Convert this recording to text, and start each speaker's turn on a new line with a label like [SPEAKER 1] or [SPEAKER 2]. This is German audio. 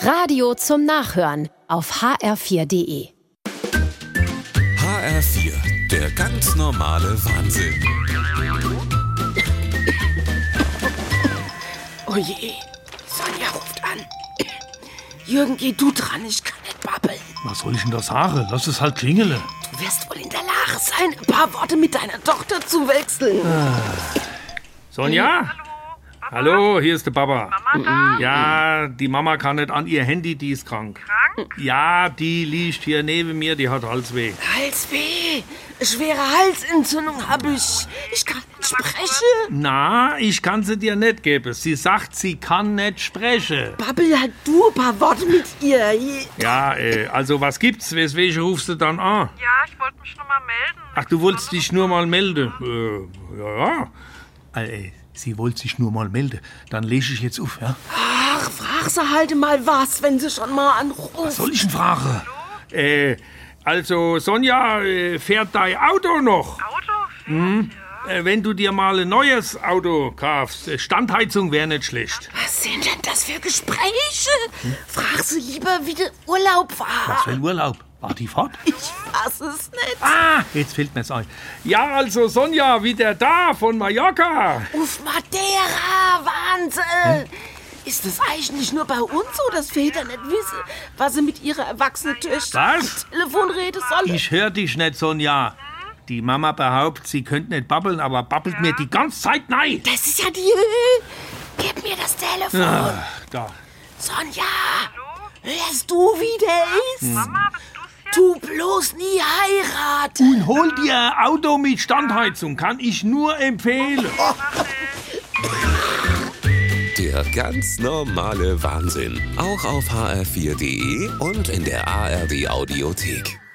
[SPEAKER 1] Radio zum Nachhören auf hr4.de.
[SPEAKER 2] HR4, der ganz normale Wahnsinn.
[SPEAKER 3] Oh je, Sonja ruft an. Jürgen, geh du dran, ich kann nicht babbeln.
[SPEAKER 4] Was soll ich denn das Haare? Lass es halt klingeln.
[SPEAKER 3] Du wirst wohl in der Lage sein, ein paar Worte mit deiner Tochter zu wechseln.
[SPEAKER 5] Sonja? Hallo? Hallo, hier ist der Papa. Mama Ja, die Mama kann nicht an ihr Handy, die ist krank. Krank? Ja, die liegt hier neben mir, die hat Halsweh.
[SPEAKER 3] Halsweh, schwere Halsentzündung habe ich. Ich kann nicht sprechen.
[SPEAKER 5] Na, ich kann sie dir nicht geben. Sie sagt, sie kann nicht sprechen.
[SPEAKER 3] Babbel halt du ein paar Worte mit ihr. Je-
[SPEAKER 5] Ja, äh, also was gibt's? Weswegen rufst du dann an?
[SPEAKER 6] Ja, ich wollte mich nur mal melden.
[SPEAKER 5] Ach, du wolltest dich nur mal melden. Äh, ja, ja.
[SPEAKER 4] Äh, sie wollte sich nur mal melden. Dann lese ich jetzt auf, ja?
[SPEAKER 3] Ach, frag sie halt mal was, wenn sie schon mal anruft.
[SPEAKER 4] Soll ich denn fragen?
[SPEAKER 5] Äh, also Sonja, äh, fährt dein Auto noch?
[SPEAKER 6] Auto fährt ja.
[SPEAKER 5] Äh, wenn du dir mal ein neues Auto kaufst, äh, Standheizung wäre nicht schlecht.
[SPEAKER 3] Was sind denn das für Gespräche? Frag sie lieber, wie der Urlaub
[SPEAKER 4] Was
[SPEAKER 3] war.
[SPEAKER 4] für ein Urlaub? War die fort?
[SPEAKER 3] Ich fass es nicht.
[SPEAKER 5] Ah,
[SPEAKER 4] Jetzt fällt mir's ein.
[SPEAKER 5] ja, also Sonja, wieder da von Mallorca.
[SPEAKER 3] Auf Madeira, Wahnsinn! Ist das eigentlich nur bei uns so, dass Väter nicht wissen, was sie mit ihrer erwachsenen Töchter
[SPEAKER 5] Was?
[SPEAKER 3] am Telefon reden sollen?
[SPEAKER 5] Ich hör dich nicht, Sonja. Die Mama behauptet, sie könnte nicht babbeln, aber babbelt mir die ganze Zeit nein.
[SPEAKER 3] Das ist ja die Höhe. Gib mir das Telefon.
[SPEAKER 5] Ach, Ah, da.
[SPEAKER 3] Sonja, hörst du, wie der ist?
[SPEAKER 6] Mama, bist du's
[SPEAKER 3] Du
[SPEAKER 6] hier?
[SPEAKER 3] bloß nie heiraten.
[SPEAKER 5] Hol dir ein Auto mit Standheizung, kann ich nur empfehlen.
[SPEAKER 2] Der ganz normale Wahnsinn. Auch auf hr4.de und in der ARD-Audiothek.